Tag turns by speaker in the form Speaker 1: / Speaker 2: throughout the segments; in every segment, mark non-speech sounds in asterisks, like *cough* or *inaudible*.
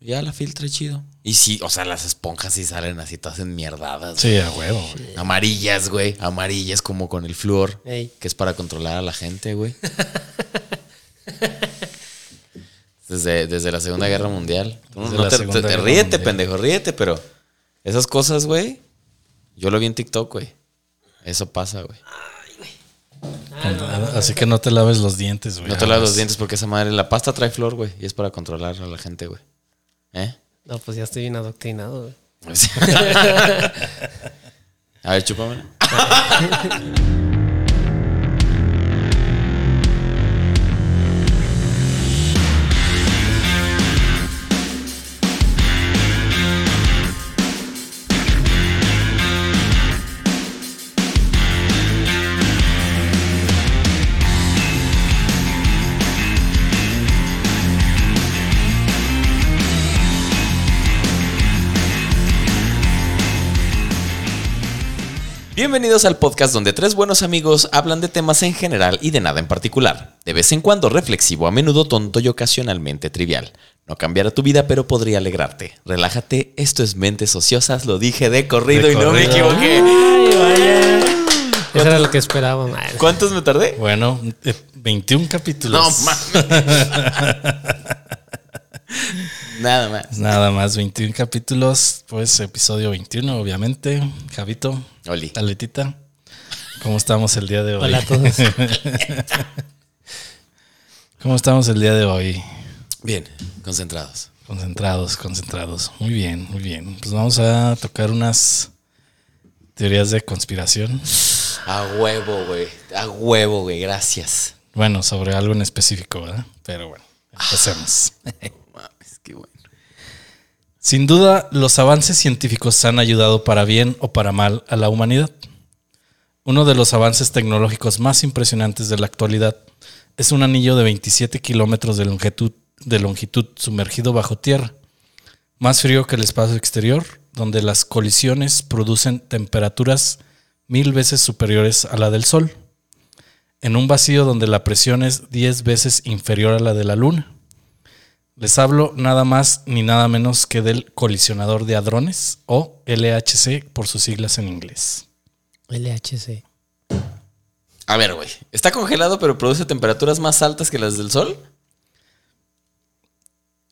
Speaker 1: Ya la filtra chido. Y sí, o sea, las esponjas sí salen así, todas enmierdadas.
Speaker 2: Sí, a huevo.
Speaker 1: güey. Amarillas, güey. Amarillas como con el flúor.
Speaker 3: Ey.
Speaker 1: Que es para controlar a la gente, *laughs* güey. Desde, desde la Segunda Guerra Mundial. Tú no-
Speaker 2: Desde
Speaker 1: no
Speaker 2: la
Speaker 1: te,
Speaker 2: Segunda
Speaker 1: te- te
Speaker 2: Guerra
Speaker 1: ríete,
Speaker 2: Mundial.
Speaker 1: pendejo, ríete, pero esas cosas, güey. Yo lo vi en TikTok, güey. Eso pasa, güey.
Speaker 2: Así que no te laves los dientes, güey.
Speaker 1: No te lavas
Speaker 2: jamás.
Speaker 1: los dientes porque esa madre, la pasta trae flor, güey. Y es para controlar a la gente, güey. ¿Eh?
Speaker 3: No, pues ya estoy bien adoctrinado. güey.
Speaker 1: *laughs* a ver, chúpamela. Bienvenidos al podcast donde tres buenos amigos hablan de temas en general y de nada en particular. De vez en cuando reflexivo, a menudo tonto y ocasionalmente trivial. No cambiará tu vida, pero podría alegrarte. Relájate, esto es Mentes Ociosas, lo dije de corrido
Speaker 2: De
Speaker 1: y no me
Speaker 2: corrido.
Speaker 1: equivoqué.
Speaker 3: Ay, vaya. Eso era lo que esperaba. man.
Speaker 1: ¿Cuántos me tardé?
Speaker 2: Bueno, eh, 21 capítulos.
Speaker 1: No mames. Nada más.
Speaker 2: Nada más, 21 capítulos. Pues episodio 21, obviamente. Javito.
Speaker 1: Oli.
Speaker 2: Taletita. ¿Cómo estamos el día de hoy?
Speaker 3: Hola a todos.
Speaker 2: ¿Cómo estamos el día de hoy?
Speaker 1: Bien, concentrados.
Speaker 2: Concentrados, concentrados. Muy bien, muy bien. Pues vamos a tocar unas teorías de conspiración.
Speaker 1: A huevo, güey. A huevo, güey. Gracias.
Speaker 2: Bueno, sobre algo en específico, ¿verdad? Pero bueno, empecemos.
Speaker 1: Mames, qué Ah, bueno.
Speaker 2: Sin duda, los avances científicos han ayudado para bien o para mal a la humanidad. Uno de los avances tecnológicos más impresionantes de la actualidad es un anillo de 27 kilómetros de longitud, de longitud sumergido bajo tierra, más frío que el espacio exterior, donde las colisiones producen temperaturas mil veces superiores a la del Sol, en un vacío donde la presión es 10 veces inferior a la de la Luna. Les hablo nada más ni nada menos que del colisionador de hadrones o LHC por sus siglas en inglés.
Speaker 3: LHC.
Speaker 1: A ver, güey. ¿Está congelado pero produce temperaturas más altas que las del sol?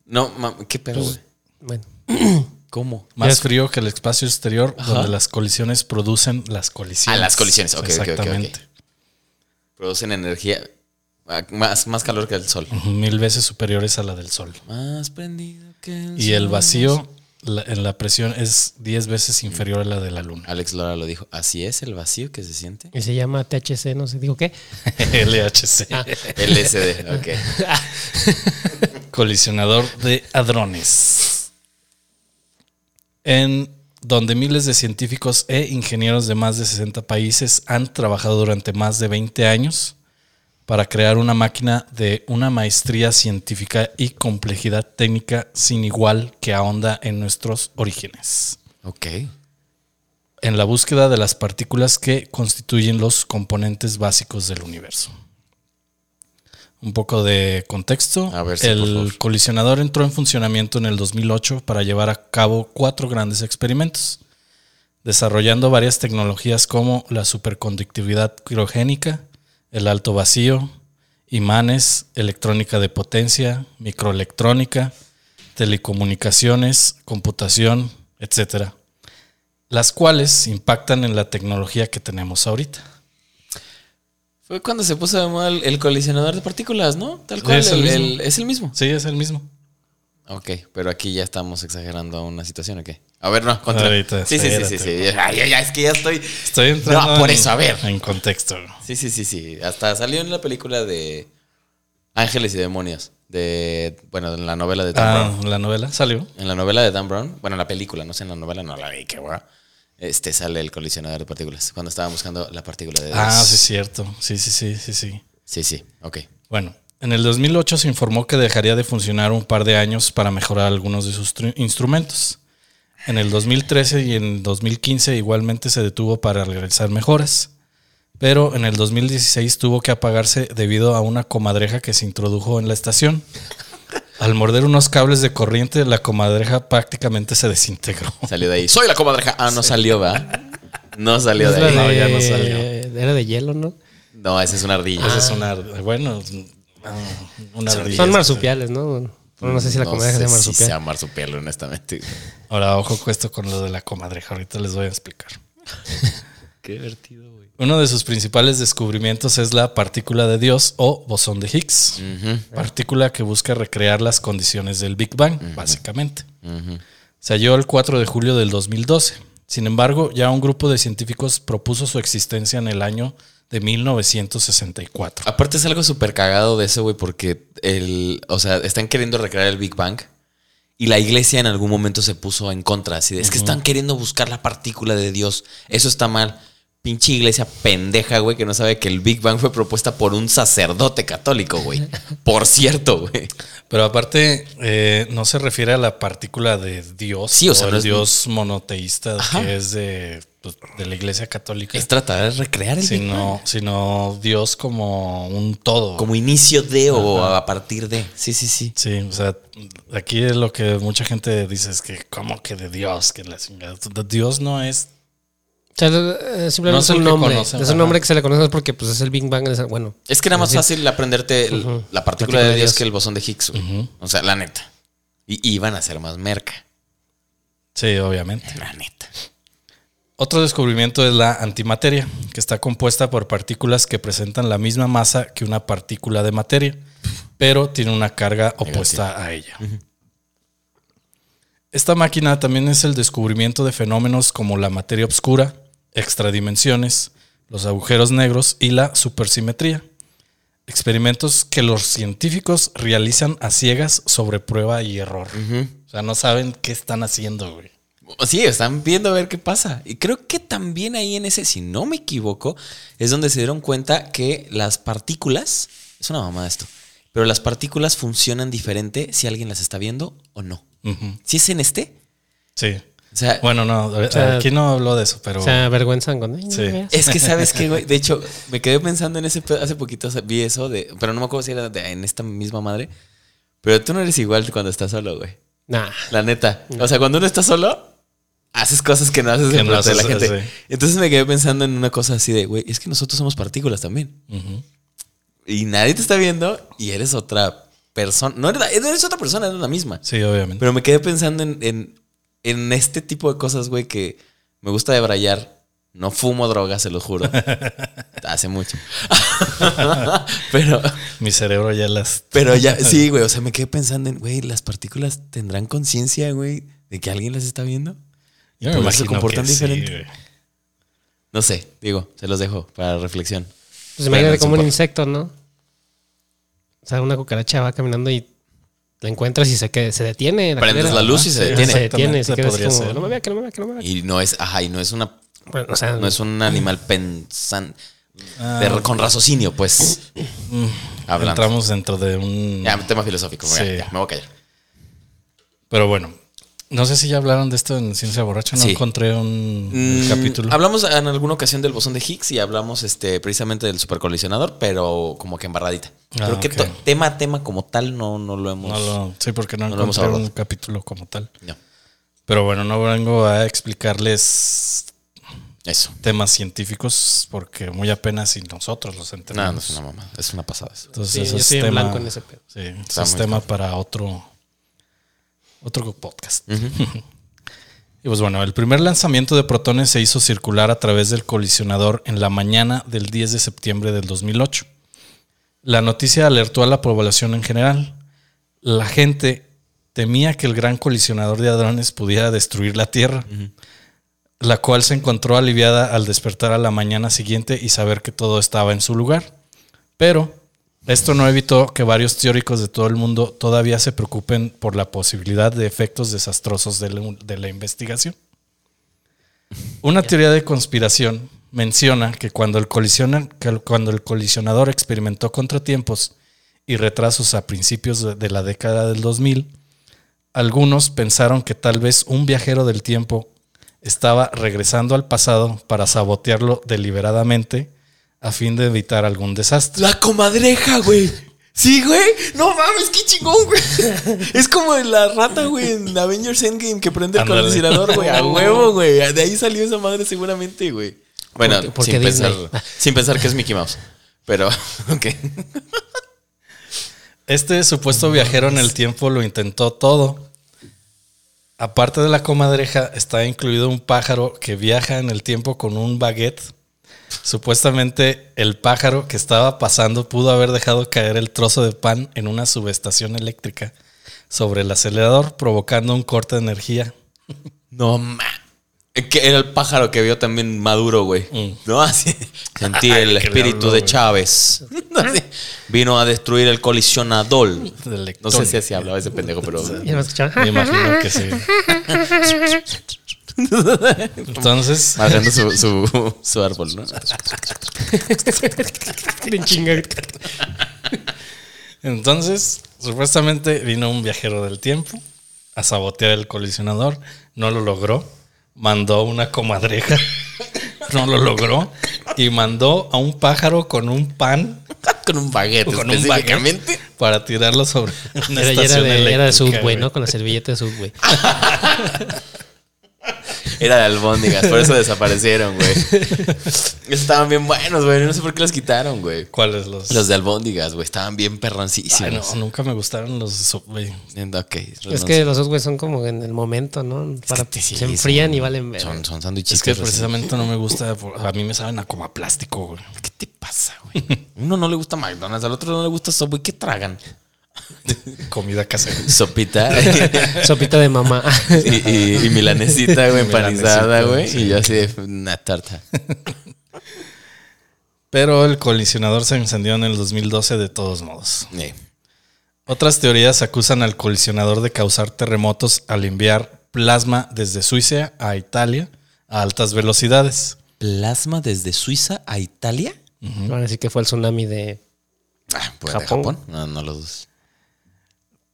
Speaker 1: No, mam, qué pedo, güey.
Speaker 3: Bueno,
Speaker 1: ¿Cómo?
Speaker 2: Pues, Más
Speaker 3: Ya-
Speaker 2: frío que el espacio exterior
Speaker 1: Ajá.
Speaker 2: donde las colisiones producen las colisiones.
Speaker 1: Ah, las colisiones, ok, ok, ok, ok.
Speaker 2: Exactamente.
Speaker 1: Producen energía ah, más, más calor que el sol.
Speaker 2: Ujú, Mil veces superiores a la del Sol.
Speaker 1: Más prendido que el
Speaker 2: Y el
Speaker 1: sol.
Speaker 2: vacío la- en la presión es 10 veces inferior a la de la Luna. *laughs*
Speaker 1: Alex Lora lo dijo. Así es el vacío que se siente.
Speaker 3: y se llama THC, no sé, digo qué.
Speaker 2: LHC.
Speaker 1: Ah, LSD,
Speaker 2: *laughs*
Speaker 1: ok.
Speaker 2: colisionador de hadrones. En donde miles de científicos e ingenieros de más de 60 países han trabajado durante más de 20 años para crear una máquina de una maestría científica y complejidad técnica sin igual que ahonda en nuestros orígenes.
Speaker 1: Ok.
Speaker 2: En la búsqueda de las partículas que constituyen los componentes básicos del universo. Un poco de contexto.
Speaker 1: A ver, sí, por
Speaker 2: el
Speaker 1: favor.
Speaker 2: colisionador entró en funcionamiento en el 2008 para llevar a cabo cuatro grandes experimentos, desarrollando varias tecnologías como la superconductividad criogénica, el alto vacío, imanes, electrónica de potencia, microelectrónica, telecomunicaciones, computación, etc. Las cuales impactan en la tecnología que tenemos ahorita.
Speaker 1: Fue cuando se puso de moda el, el colisionador de partículas, ¿no? Tal cual.
Speaker 2: Es el
Speaker 1: el- el-
Speaker 2: mismo.
Speaker 1: es el mismo.
Speaker 2: Sí, es el mismo.
Speaker 1: Ok, pero aquí ya estamos exagerando una situación, ¿o qué? A ver, no, contra.
Speaker 2: Ahorita,
Speaker 1: sí, sí, sí, sí,
Speaker 2: espérate.
Speaker 1: sí. Ay, ay, ay, es que ya estoy.
Speaker 2: Estoy entrando
Speaker 1: No, por
Speaker 2: en-
Speaker 1: eso, a ver.
Speaker 2: en contexto.
Speaker 1: Sí, sí, sí, sí. Hasta salió en la película de Ángeles y Demonios. De. Bueno, en la novela de Dan
Speaker 2: Ah,
Speaker 1: Brown.
Speaker 2: la novela salió.
Speaker 1: En la novela de Dan Brown. Bueno, en la película, no sé, en la novela no la vi, qué guay. Este sale el colisionador de partículas. Cuando estaba buscando la partícula de Dios.
Speaker 2: Ah, sí, cierto. Sí, sí, sí, sí, sí.
Speaker 1: Sí, sí, ok.
Speaker 2: Bueno, en el 2008 se informó que dejaría de funcionar un par de años para mejorar algunos de sus tru- instrumentos. En el 2013 y en el 2015 igualmente se detuvo para realizar mejoras. Pero en el 2016 tuvo que apagarse debido a una comadreja que se introdujo en la estación. Al morder unos cables de corriente, la comadreja prácticamente se desintegró.
Speaker 1: Salió de ahí. Soy la comadreja. Ah, no salió, ¿verdad? No salió
Speaker 3: Es
Speaker 1: de
Speaker 3: la
Speaker 1: ahí.
Speaker 2: No, ya
Speaker 3: de-
Speaker 2: no salió.
Speaker 3: Era de hielo, ¿no?
Speaker 1: No, esa es una ardilla.
Speaker 2: Esa es una. ar- Bueno, ah, una ardilla.
Speaker 3: Son marsupiales, ¿no? Bueno, no sé si la comadreja
Speaker 1: sé
Speaker 3: sea
Speaker 1: si
Speaker 3: marsupial.
Speaker 1: sea marsupial, honestamente.
Speaker 2: Ahora, ojo con esto con lo de la comadreja. Ahorita les voy a explicar.
Speaker 1: *laughs* Qué divertido, güey.
Speaker 2: Uno de sus principales descubrimientos es la partícula de Dios o bosón de Higgs, partícula que busca recrear las condiciones del Big Bang, básicamente. Se halló el 4 de julio del 2012. Sin embargo, ya un grupo de científicos propuso su existencia en el año de 1964.
Speaker 1: Aparte es algo súper cagado de eso, güey, porque el, o sea, están queriendo recrear el Big Bang y la iglesia en algún momento se puso en contra. Así de, es que están queriendo buscar la partícula de Dios. Eso está mal. Pinche iglesia pendeja, güey, que no sabe que el Big Bang fue propuesta por un sacerdote católico, güey. Por cierto, güey.
Speaker 2: Pero aparte, eh, no se refiere a la partícula de Dios,
Speaker 1: Sí, o sea,
Speaker 2: el
Speaker 1: no es-
Speaker 2: Dios monoteísta
Speaker 1: Ajá.
Speaker 2: que es de, pues, de la Iglesia Católica.
Speaker 1: Es tratar de recrear el Big Bang.
Speaker 2: sino, sino Dios como un todo.
Speaker 1: Como inicio de o a partir de. Sí, sí, sí.
Speaker 2: Sí, o sea, aquí es lo que mucha gente dice es que, ¿cómo que de Dios? Que la chingada? De Dios no es.
Speaker 3: O sea, eh, simplemente
Speaker 2: No es
Speaker 3: es
Speaker 2: el
Speaker 3: un
Speaker 2: que
Speaker 3: nombre.
Speaker 2: conocen,
Speaker 3: es un
Speaker 2: ajá.
Speaker 3: nombre que se le conoce porque pues, es el Big Bang. es- Bueno,
Speaker 1: Es que era más fácil aprenderte el-
Speaker 3: Ujú.
Speaker 1: la partícula de Dios que el bosón de Higgs, güey. O sea, la neta. Y, y iban a ser más merca.
Speaker 2: Sí, obviamente.
Speaker 1: La neta.
Speaker 2: Otro descubrimiento es la antimateria, que está compuesta por partículas que presentan la misma masa que una partícula de materia, pero tiene una carga opuesta a ella. Esta máquina también es el descubrimiento de fenómenos como la materia oscura, extradimensiones, los agujeros negros y la supersimetría. Experimentos que los científicos realizan a ciegas sobre prueba y error. O sea, no saben qué están haciendo, güey.
Speaker 1: Sí, están viendo a ver qué pasa. Y creo que también ahí en ese, si no me equivoco, es donde se dieron cuenta que las partículas, es una mamada esto, pero las partículas funcionan diferente si alguien las está viendo o no.
Speaker 2: Ujú.
Speaker 1: Si es en este,
Speaker 2: Sí.
Speaker 1: o sea,
Speaker 2: Bueno, no, a-
Speaker 3: sea,
Speaker 2: aquí no habló de eso, pero
Speaker 3: o sea, avergüenzan con.
Speaker 2: Sí.
Speaker 1: Es que sabes que, güey, de
Speaker 2: *laughs*
Speaker 1: hecho, me quedé pensando en ese pe- hace poquito o sea, vi eso de, pero no me acuerdo si era de- en esta misma madre. Pero tú no eres igual cuando estás solo, güey.
Speaker 3: Nah.
Speaker 1: La neta. O sea, cuando uno está solo, haces cosas que no haces
Speaker 2: Que
Speaker 1: en
Speaker 2: no
Speaker 1: frente de la
Speaker 2: haces,
Speaker 1: gente.
Speaker 2: sí.
Speaker 1: Entonces me quedé pensando en una cosa así de, güey, es que nosotros somos partículas también.
Speaker 2: Ujú.
Speaker 1: Y nadie te está viendo y eres otra persona. No eres, la- eres otra persona, eres la misma.
Speaker 2: sí, obviamente.
Speaker 1: Pero me quedé pensando en, en, en este tipo de cosas, güey, que me gusta debrayar. No fumo drogas, se lo juro. Hace mucho. *laughs* pero,
Speaker 2: Mi cerebro ya las.
Speaker 1: pero
Speaker 2: *laughs*
Speaker 1: ya, sí, güey. O sea, me quedé pensando en, güey, las partículas tendrán conciencia, güey, de que alguien las está viendo.
Speaker 2: Yo
Speaker 1: por eso pues, se comportan
Speaker 2: que sí,
Speaker 1: diferente.
Speaker 2: güey.
Speaker 1: No sé, digo, se los dejo para reflexión.
Speaker 3: Pues imagínate
Speaker 1: Bueno,
Speaker 3: como un
Speaker 1: supongo.
Speaker 3: insecto, ¿no? O sea, una cucaracha va caminando y la encuentras y se, que, se detiene.
Speaker 1: Prendes
Speaker 3: cadera.
Speaker 1: la luz y se
Speaker 3: Ajá,
Speaker 1: detiene.
Speaker 3: Ah, Se detiene, se
Speaker 2: Exactamente,
Speaker 3: queda
Speaker 2: podría
Speaker 3: así como,
Speaker 2: ser.
Speaker 3: no me vea, que no me vea, que no me vea.
Speaker 1: Y no es, ajá, y no es una,
Speaker 3: Bueno, o sea,
Speaker 1: no es un animal pensante
Speaker 2: Ah,
Speaker 1: con raciocinio, pues. Hablando.
Speaker 2: Entramos dentro de un.
Speaker 1: Ya, tema filosófico. ya,
Speaker 2: Sí.
Speaker 1: ya, me voy a callar.
Speaker 2: Pero bueno, no sé si ya hablaron de esto en Ciencia Borracha. No
Speaker 1: Sí.
Speaker 2: encontré un el
Speaker 1: Mm,
Speaker 2: capítulo.
Speaker 1: Hablamos en alguna ocasión del bosón de Higgs y hablamos este, precisamente del supercolisionador, pero como que embarradita.
Speaker 2: Ah,
Speaker 1: Creo que
Speaker 2: ok.
Speaker 1: to- tema a tema como tal no, no lo hemos.
Speaker 2: No lo- sí, porque no,
Speaker 1: no lo hemos
Speaker 2: encontré un
Speaker 1: abordado.
Speaker 2: capítulo como tal.
Speaker 1: No,
Speaker 2: Pero bueno, no vengo a explicarles
Speaker 1: eso.
Speaker 2: temas científicos porque muy apenas si nosotros los
Speaker 1: No,
Speaker 2: entendemos.
Speaker 1: no es una mamá. Es una pasada eso.
Speaker 3: Sí,
Speaker 2: Entonces,
Speaker 3: yo
Speaker 2: ese es
Speaker 3: estoy en
Speaker 2: tema-
Speaker 3: blanco en
Speaker 1: *laughs*
Speaker 3: ese pedo.
Speaker 2: Sí,
Speaker 1: Está
Speaker 2: ese es
Speaker 1: muy
Speaker 2: tema para otro, otro podcast. *laughs* y pues bueno, el primer lanzamiento de protones se hizo circular a través del colisionador en la mañana del 10 de septiembre del 2008. La noticia alertó a la población en general. La gente temía que el gran colisionador de hadrones pudiera destruir la Tierra, la cual se encontró aliviada al despertar a la mañana siguiente y saber que todo estaba en su lugar. Pero esto no evitó que varios teóricos de todo el mundo todavía se preocupen por la posibilidad de efectos desastrosos de la, de la investigación. Una teoría de conspiración menciona que cuando el, colisionan- que el- cuando el colisionador experimentó contratiempos y retrasos a principios de, de la década del 2000, algunos pensaron que tal vez un viajero del tiempo estaba regresando al pasado para sabotearlo deliberadamente a fin de evitar algún desastre.
Speaker 1: La comadreja, güey. Sí, güey. No mames, qué chingón, güey. *laughs* Es como la rata, güey, en Avengers Endgame que prende el
Speaker 2: Ándale.
Speaker 1: condensador, güey.
Speaker 2: *laughs*
Speaker 1: A huevo, güey. De ahí salió esa madre seguramente, güey. Bueno,
Speaker 3: Porque- porque
Speaker 1: sin,
Speaker 3: Disney.
Speaker 1: pensar, sin pensar que es Mickey Mouse. Pero, *laughs* ok.
Speaker 2: Este supuesto viajero en el tiempo lo intentó todo. Aparte de la comadreja, está incluido un pájaro que viaja en el tiempo con un baguette. Supuestamente el pájaro que estaba pasando pudo haber dejado caer el trozo de pan en una subestación eléctrica sobre el acelerador, provocando un corte de energía.
Speaker 1: No mames. Eh, Que era el pájaro que vio también Maduro, güey. No, así. Sentí el
Speaker 2: Ay, qué
Speaker 1: espíritu
Speaker 2: diablo,
Speaker 1: de
Speaker 2: güey.
Speaker 1: Chávez. *laughs* Así. Vino a destruir el colisionador.
Speaker 2: del
Speaker 1: No sé
Speaker 2: electrón.
Speaker 1: si así hablaba ese pendejo, pero.
Speaker 3: Ya me escucharon.
Speaker 2: Me imagino que sí. Entonces,
Speaker 1: Marcando su, su, su árbol, ¿no? *laughs*
Speaker 3: En "Ah, chinga.
Speaker 2: Entonces, supuestamente vino un viajero del tiempo a sabotear el colisionador, no lo logró, mandó una comadreja, *laughs* no lo logró, y mandó a un pájaro con un pan
Speaker 1: Con un baguette,
Speaker 2: Con
Speaker 1: con
Speaker 2: un
Speaker 1: específicamente.
Speaker 2: para tirarlo
Speaker 3: *laughs*
Speaker 2: sobre una
Speaker 3: Era, era
Speaker 2: estación
Speaker 3: de, era de Subway,
Speaker 2: eléctrica, güey.
Speaker 3: ¿no? Con la servilleta de Subway.
Speaker 1: Ah, Era de albóndigas, por eso desaparecieron, güey. Estaban bien buenos, güey. No sé por qué los quitaron, güey.
Speaker 2: ¿Cuáles los?
Speaker 1: Los de albóndigas, güey. Estaban bien
Speaker 2: Ay, no,
Speaker 1: perrancísimos.
Speaker 2: nunca me gustaron los de Subway.
Speaker 1: Ok,
Speaker 3: Es que los Subway son como en el momento, ¿no? Para,
Speaker 1: te- sí,
Speaker 3: se enfrían
Speaker 1: son-
Speaker 3: y valen ver.
Speaker 1: Son, son sándwiches.
Speaker 2: Es que
Speaker 3: pues,
Speaker 1: recién-
Speaker 2: precisamente no me gusta, por- a mí me saben a como a plástico, güey. *laughs*
Speaker 1: ¿Qué te pasa, güey? *laughs* Uno no le gusta McDonald's, al otro no le gusta Subway. ¿Qué tragan?
Speaker 2: Comida casera.
Speaker 1: *laughs* Sopita
Speaker 3: *laughs* Sopita de
Speaker 1: *laughs*
Speaker 3: mamá.
Speaker 1: y, y- y milanesita, güey, empanizada,
Speaker 2: Milanesita,
Speaker 1: güey.
Speaker 2: sí.
Speaker 1: Y yo así de una tarta.
Speaker 2: Pero el colisionador se encendió en el 2012 de todos modos.
Speaker 1: Eh,
Speaker 2: Otras teorías acusan al colisionador de causar terremotos al enviar plasma desde Suiza a Italia a altas velocidades.
Speaker 1: ¿Plasma desde Suiza a Italia?
Speaker 3: Van a decir que fue el tsunami de.
Speaker 1: Ah, pues de
Speaker 3: Japón.
Speaker 1: Japón. No, no lo dudes.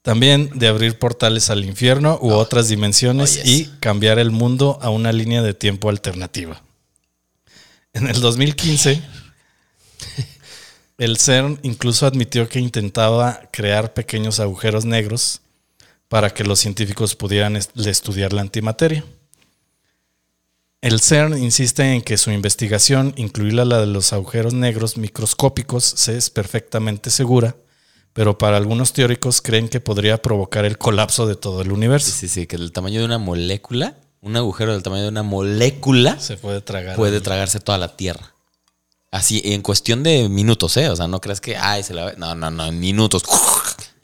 Speaker 2: También de abrir portales al infierno u otras dimensiones
Speaker 1: Oh, yes.
Speaker 2: y cambiar el mundo a una línea de tiempo alternativa. En el 2015, el CERN incluso admitió que intentaba crear pequeños agujeros negros para que los científicos pudieran est- estudiar la antimateria. El CERN insiste en que su investigación, incluida la de los agujeros negros microscópicos, se es perfectamente segura, pero para algunos teóricos creen que podría provocar el colapso de todo el
Speaker 1: Sí,
Speaker 2: universo.
Speaker 1: sí, sí, que del tamaño de una molécula, un agujero del tamaño de una molécula
Speaker 2: Se puede tragar.
Speaker 1: puede tragarse toda la Tierra. Así, en cuestión de minutos, ¿eh? O sea, no creas que, ay, se la ve. No, no, no, en minutos.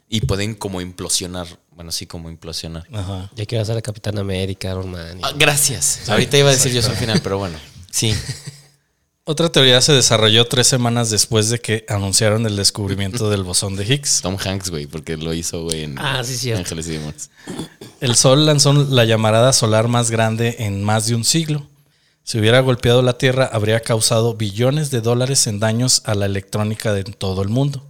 Speaker 1: Y pueden como implosionar. Bueno, sí, como implosionar.
Speaker 2: Ajá.
Speaker 3: Ya quiero ser la Capitán América, Iron Man. y-
Speaker 1: Ah, gracias. Ahorita iba a decir yo soy final, pero bueno. Sí.
Speaker 2: Otra teoría se desarrolló tres semanas después de que anunciaron el descubrimiento del bosón de Higgs.
Speaker 1: *laughs* Tom Hanks, güey, porque lo hizo, güey, en
Speaker 3: Ah, sí, cierto.
Speaker 1: Ángeles y Demonios.
Speaker 2: El Sol lanzó la llamarada solar más grande en más de un siglo. Si hubiera golpeado la Tierra, habría causado billones de dólares en daños a la electrónica de todo el mundo.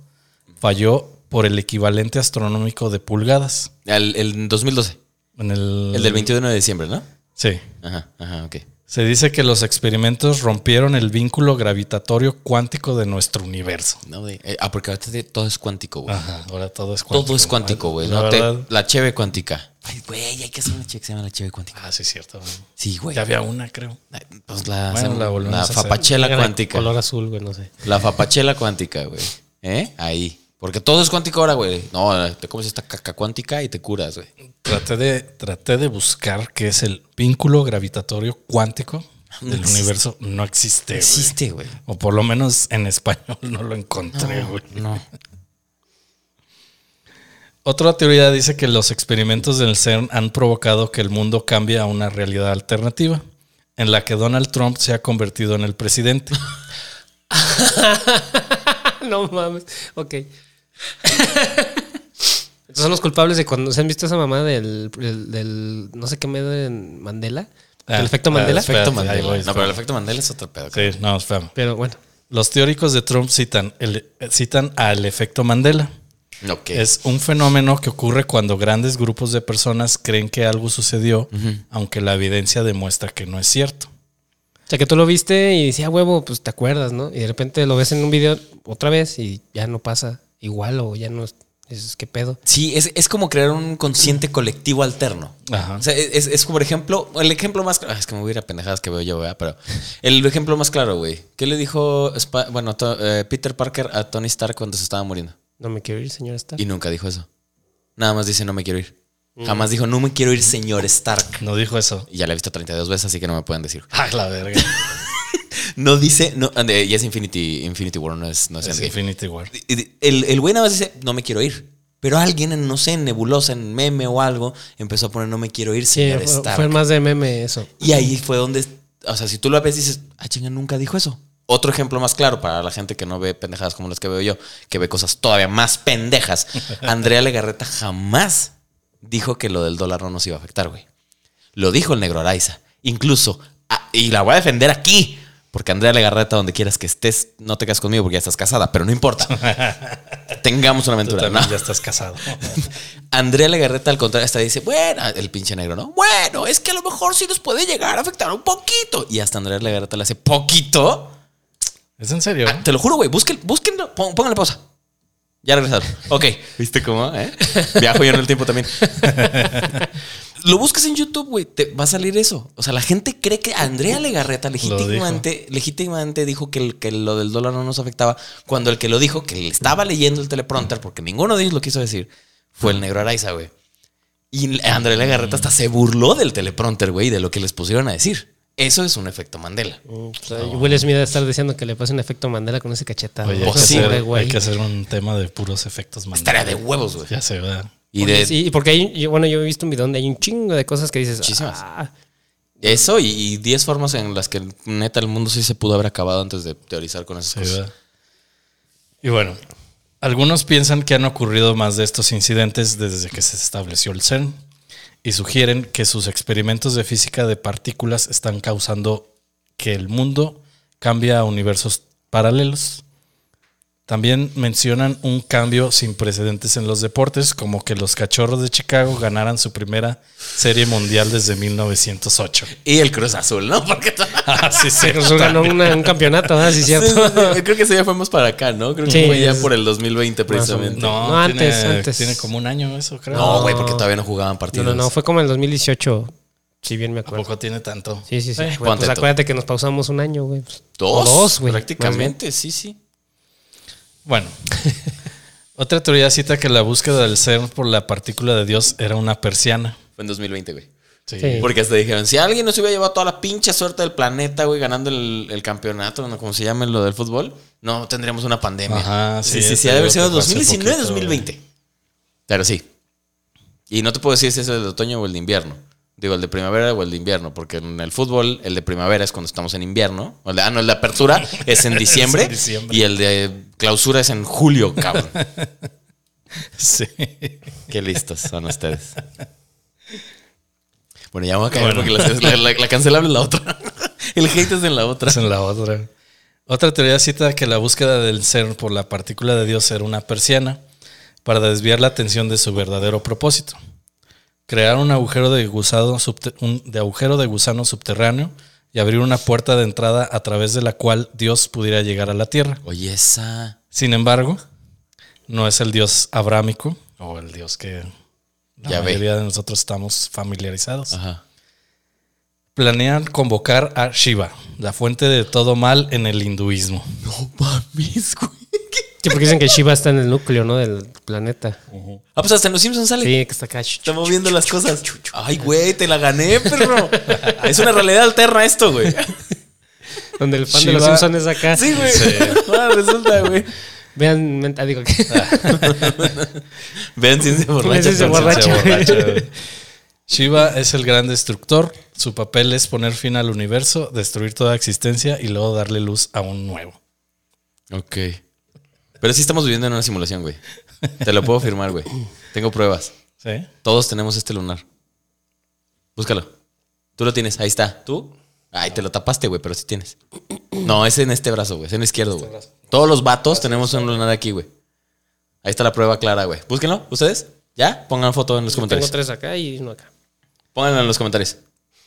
Speaker 2: Falló por el equivalente astronómico de pulgadas.
Speaker 1: El, el 2012.
Speaker 2: En el,
Speaker 1: El del 21 de diciembre, ¿no?
Speaker 2: Sí.
Speaker 1: Ajá, ajá, ok.
Speaker 2: Se dice que los experimentos rompieron el vínculo gravitatorio cuántico de nuestro universo.
Speaker 1: No, de- eh, ah, porque ahorita de- todo es cuántico, güey.
Speaker 2: Ajá, ahora todo es Ah, cuántico.
Speaker 1: Todo es cuántico, güey.
Speaker 2: La
Speaker 1: no te-
Speaker 2: verdad-
Speaker 1: la cheve cuántica. Ay, güey, hay que hacer una cheve que se llama la cheve cuántica.
Speaker 2: Ah, sí, cierto. güey.
Speaker 1: Sí, güey.
Speaker 2: Ya había una, creo.
Speaker 1: Ay, Pues la,
Speaker 2: Bueno, la
Speaker 1: la,
Speaker 2: volvemos a hacer.
Speaker 1: fapachela
Speaker 3: Era
Speaker 1: cuántica.
Speaker 3: Color azul, güey, no sé.
Speaker 1: La fapachela cuántica, güey. ¿Eh? Ahí. Porque todo es cuántico ahora, güey. No, te comes esta caca cuántica y te curas, güey.
Speaker 2: Traté de, traté de buscar qué es el vínculo gravitatorio cuántico
Speaker 1: No
Speaker 2: del
Speaker 1: existe.
Speaker 2: universo. No existe, güey.
Speaker 1: Existe, güey.
Speaker 2: O por lo menos en español no lo encontré, güey.
Speaker 1: No.
Speaker 2: Otra teoría dice que los experimentos del CERN han provocado que el mundo cambie a una realidad alternativa, en la que Donald Trump se ha convertido en
Speaker 1: *laughs*
Speaker 2: el presidente.
Speaker 3: *laughs* no mames. Ok. Estos son los culpables de cuando se han visto esa mamá del, del, del- no sé qué medio en Mandela.
Speaker 2: Ah,
Speaker 3: el efecto
Speaker 2: ah,
Speaker 3: Mandela.
Speaker 2: espera.
Speaker 1: Efecto
Speaker 2: Espérate, ahí voy,
Speaker 1: Mandela. No,
Speaker 2: espérate.
Speaker 1: pero el efecto Mandela es otro pedo.
Speaker 2: Sí, no, espérame.
Speaker 3: Pero bueno,
Speaker 2: Los teóricos de Trump citan, el- citan al efecto Mandela.
Speaker 1: Ok.
Speaker 2: Es un fenómeno que ocurre cuando grandes grupos de personas creen que algo sucedió, aunque la evidencia demuestra que no es cierto.
Speaker 3: o sea que tú lo "Ah, viste y decía, huevo, pues te acuerdas, ¿no? Y de repente lo ves en un video otra vez y ya no pasa. igual o ya no es, es que pedo.
Speaker 1: Sí, es, es como crear un consciente colectivo alterno.
Speaker 2: Mm. Ajá.
Speaker 1: O sea, e, es, es como, por ejemplo, el ejemplo más claro. Es que me voy a ir a pendejadas que veo yo, ¿verdad? Pero el ejemplo más claro, güey. ¿Qué le dijo Spa- bueno, to- eh, Peter Parker a Tony Stark cuando se estaba muriendo?
Speaker 3: No me quiero ir, señora
Speaker 2: Ah.
Speaker 3: Stark.
Speaker 1: Y nunca dijo eso. Nada más dice, no me quiero ir.
Speaker 2: Mm.
Speaker 1: Jamás dijo, no me quiero ir, señor Stark.
Speaker 2: No dijo eso.
Speaker 1: *laughs* Y ya la he visto 32 veces, así que no me pueden decir.
Speaker 2: Ah, la verga.
Speaker 1: No dice, no, and, eh, y es Infinity, Infinity War, no es, no es
Speaker 2: es
Speaker 1: Endgame.
Speaker 2: Infinity War.
Speaker 1: Y- y- El, el güey nada más dice, no me quiero ir. Pero alguien, en, no sé, en nebulosa, en meme o algo, empezó a poner, no me quiero ir,
Speaker 3: Sí,
Speaker 1: señor
Speaker 3: fue,
Speaker 1: Stark.
Speaker 3: fue más de meme eso.
Speaker 1: Y ahí fue donde, o sea, si tú lo ves, dices, ah, chinga, nunca dijo eso. Otro ejemplo más claro para la gente que no ve pendejadas como las que veo yo, que ve cosas todavía más pendejas. Andrea Legarreta jamás dijo que lo del dólar no nos iba a afectar, güey. Lo dijo el negro Araiza. Incluso, ah, y la voy a defender aquí, porque Andrea Legarreta, donde quieras que estés, no te casas conmigo porque ya estás casada, pero no importa. Tengamos una
Speaker 2: Tú
Speaker 1: aventura.
Speaker 2: también
Speaker 1: ¿no?
Speaker 2: ya estás casado.
Speaker 1: Andrea Legarreta, al contrario, hasta dice, bueno, el pinche negro, ¿no? Bueno, es que a lo mejor sí nos puede llegar a afectar un poquito. Y hasta Andrea Legarreta le hace poquito.
Speaker 2: ¿Es en serio?
Speaker 1: Ah, te lo juro, güey, busquen, búsquenlo, pon- pónganle pausa. Ya regresaron. Ok. *laughs* ¿Viste cómo? *laughs* eh? Viajo yo en el tiempo también. *laughs* lo buscas en YouTube, güey, te va a salir eso. O sea, la gente cree que Andrea Legarreta legítimamente, legítimamente dijo que, el- que lo del dólar no nos afectaba, cuando el que lo dijo, que le estaba leyendo el teleprompter, porque ninguno de ellos lo quiso decir, fue el negro Araiza, güey. Y Andrea Legarreta hasta se burló del teleprompter, güey, de lo que les pusieron a decir. Eso es un efecto Mandela.
Speaker 3: O sea, Mm, pues, Will Smith debe estar diciendo que le pase un efecto Mandela con ese cachetado.
Speaker 2: Oye, hay,
Speaker 1: Pues
Speaker 2: que
Speaker 1: sí,
Speaker 2: hacer,
Speaker 1: pobre
Speaker 2: hay que hacer un tema de puros efectos Mandela.
Speaker 1: Estaría de huevos, güey.
Speaker 2: Ya se ¿verdad?
Speaker 1: Y de,
Speaker 3: Sí, porque hay, yo- bueno, yo he visto un video donde hay un chingo de cosas que dices.
Speaker 1: Muchísimas.
Speaker 3: "Ah".
Speaker 1: Eso y- y 10 formas en las que neta el mundo sí se pudo haber acabado antes de teorizar con esas
Speaker 2: Sí,
Speaker 1: cosas.
Speaker 2: ¿verdad? Y bueno, algunos piensan que han ocurrido más de estos incidentes desde que se estableció el CERN y sugieren que sus experimentos de física de partículas están causando que el mundo cambie a universos paralelos. También mencionan un cambio sin precedentes en los deportes, como que los cachorros de Chicago ganaran su primera serie mundial desde 1908.
Speaker 1: Y el Cruz Azul, ¿no? *laughs* Porque
Speaker 2: *laughs* Así se
Speaker 3: Cruz Azul ganó una- un campeonato, ¿verdad?
Speaker 1: *laughs*
Speaker 3: Sí,
Speaker 1: Sí,
Speaker 3: cierto.
Speaker 1: sí, sí. Creo que ese ya fue más para acá, ¿no? Creo que
Speaker 3: Sí,
Speaker 1: fue ya
Speaker 3: es-
Speaker 1: por el 2020 precisamente.
Speaker 2: No,
Speaker 3: No,
Speaker 2: tiene-
Speaker 3: antes, antes.
Speaker 2: Tiene como un año eso, creo.
Speaker 1: No, güey, porque todavía no jugaban
Speaker 3: No,
Speaker 1: partidos.
Speaker 3: no, no, fue como en el 2018, si bien me acuerdo.
Speaker 2: Tampoco tiene tanto.
Speaker 3: Sí, sí, sí.
Speaker 2: Eh,
Speaker 3: Bueno,
Speaker 1: ponte
Speaker 3: pues
Speaker 1: tú.
Speaker 3: acuérdate que nos pausamos un año, güey. Pues,
Speaker 1: Dos,
Speaker 3: o dos, güey.
Speaker 1: Prácticamente, sí, sí.
Speaker 2: Bueno. *laughs* Otra teoría cita que la búsqueda del ser por la partícula de Dios era una persiana.
Speaker 1: Fue en 2020, güey.
Speaker 2: Sí.
Speaker 3: Sí.
Speaker 1: Porque hasta dijeron, si alguien nos hubiera llevado toda la pinche suerte del planeta, güey, ganando el, el campeonato, ¿no? como se llama lo del fútbol, no tendríamos una pandemia.
Speaker 2: Ajá,
Speaker 1: sí,
Speaker 2: sí,
Speaker 1: sí, sí,
Speaker 2: te
Speaker 1: ha de haber sido
Speaker 2: digo que fue hace
Speaker 1: 2019,
Speaker 2: poquito,
Speaker 1: 2020. Pero sí. Y no te puedo decir si es el de otoño o el de invierno. Digo, el de primavera o el de invierno, porque en el fútbol, el de primavera es cuando estamos en invierno. O el de, ah, no, el de
Speaker 2: *laughs*
Speaker 1: apertura es en diciembre.
Speaker 2: diciembre.
Speaker 1: Y el de clausura es en julio, cabrón.
Speaker 2: *laughs* Sí.
Speaker 1: Qué listos son ustedes. Bueno, ya vamos a caer porque la, la- la cancelable es la otra. El hate es en la otra.
Speaker 2: Tras en la otra. Otra teoría cita que la búsqueda del ser por la partícula de Dios era una persiana para desviar la atención de su verdadero propósito. Crear un agujero de gusano, subte- un- de agujero de gusano subterráneo y abrir una puerta de entrada a través de la cual Dios pudiera llegar a la tierra.
Speaker 1: Oye, esa.
Speaker 2: Sin embargo, no es el dios abrámico o el dios que la
Speaker 1: Ya ve.
Speaker 2: mayoría de nosotros estamos familiarizados.
Speaker 1: Ajá.
Speaker 2: Planean convocar a Shiva, la fuente de todo mal en el hinduismo.
Speaker 1: No mames, güey.
Speaker 3: Sí, porque dicen que Shiva está en el núcleo, ¿no? Del planeta.
Speaker 1: Ah, pues hasta en los Simpsons sale.
Speaker 3: Sí, que está acá. ch- ch-
Speaker 1: Estamos viendo las cosas. Ay, güey, te la gané, perro. es una realidad alterna esto, güey.
Speaker 3: Donde el fan de
Speaker 2: Shiva-
Speaker 3: los Simpsons es acá.
Speaker 1: Sí, güey. Ahora resulta, güey.
Speaker 3: Vean, men- ah, digo que.
Speaker 1: Vean ciencia borracha.
Speaker 3: Ciencia
Speaker 1: entonces.
Speaker 3: borracha.
Speaker 2: Conciencia borracha. Shiva es el gran destructor. Su papel es poner fin al universo, destruir toda existencia y luego darle luz a un nuevo.
Speaker 1: Ok. Pero sí estamos viviendo en una simulación, güey. Te lo puedo firmar, güey. Tengo pruebas.
Speaker 2: ¿Sí?
Speaker 1: Todos tenemos este lunar. Búscalo. Tú lo tienes, ahí está. ¿Tú? Ay, te lo tapaste, güey, pero sí tienes. No, es en este brazo, güey. Es en el izquierdo, güey. Todos los vatos tenemos un lunar aquí, güey. Ahí está la prueba clara, güey. Búsquenlo, ustedes. ¿Ya? Pongan foto en los
Speaker 3: *laughs* Tengo
Speaker 1: comentarios.
Speaker 3: tres acá y uno acá.
Speaker 1: Pónganlo en los comentarios.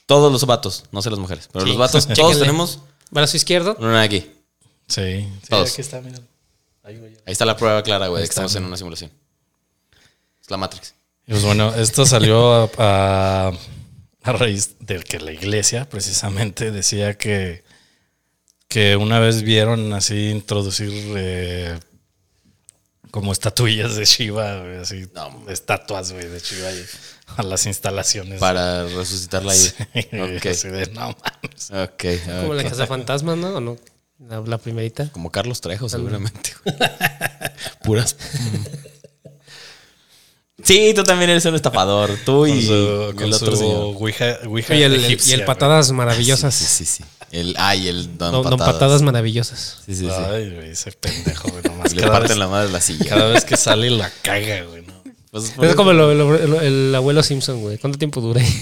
Speaker 1: Todos los vatos, no sé las mujeres, pero
Speaker 3: Sí.
Speaker 1: los vatos, todos
Speaker 3: Chéquenle.
Speaker 1: tenemos
Speaker 3: Brazo izquierdo.
Speaker 1: un lunar aquí.
Speaker 2: Sí. Sí,
Speaker 1: Todos.
Speaker 2: aquí está, mira. Ahí, güey.
Speaker 1: Ahí está la prueba clara, güey,
Speaker 2: Ahí
Speaker 1: de que
Speaker 2: está,
Speaker 1: estamos en
Speaker 2: güey.
Speaker 1: una simulación. Es la Matrix.
Speaker 2: Y pues bueno, esto salió a, a- a raíz de que la iglesia precisamente decía que, que una vez vieron así introducir eh, como estatuillas de Shiva, güey, así
Speaker 1: No.
Speaker 2: estatuas güey, de Shiva ahí a las instalaciones. *laughs*
Speaker 1: Para resucitarla ahí.
Speaker 2: Sí, güey,
Speaker 1: Ok.
Speaker 2: así de, no mames.
Speaker 1: Ok.
Speaker 3: Como la
Speaker 1: ok.
Speaker 3: casa fantasma, ¿no? ¿O no? La, la primerita.
Speaker 1: Como Carlos Trejo, seguramente. *laughs* güey. Puras. Mm. Sí, tú también eres un estafador. Tú
Speaker 2: Con
Speaker 1: y
Speaker 2: su, con
Speaker 1: el otro
Speaker 2: su
Speaker 1: señor.
Speaker 2: ouija, ouija
Speaker 3: y el,
Speaker 2: egipcia,
Speaker 3: y el
Speaker 2: güey.
Speaker 3: patadas
Speaker 1: Sí,
Speaker 3: maravillosas.
Speaker 1: sí, sí. sí. El, ah, y el Don,
Speaker 3: Don, don
Speaker 1: Patadas.
Speaker 3: patadas. maravillosas.
Speaker 1: Sí, sí, sí.
Speaker 2: Ay, güey, ese pendejo, güey, nomás
Speaker 1: Y le
Speaker 2: cada
Speaker 1: parten
Speaker 2: vez-
Speaker 1: la madre la silla.
Speaker 2: cada vez que sale la caga, güey. ¿no?
Speaker 1: Pues,
Speaker 3: Es
Speaker 1: pues,
Speaker 3: como lo- lo- lo- el abuelo Simpson, güey. ¿Cuánto tiempo dura? *laughs*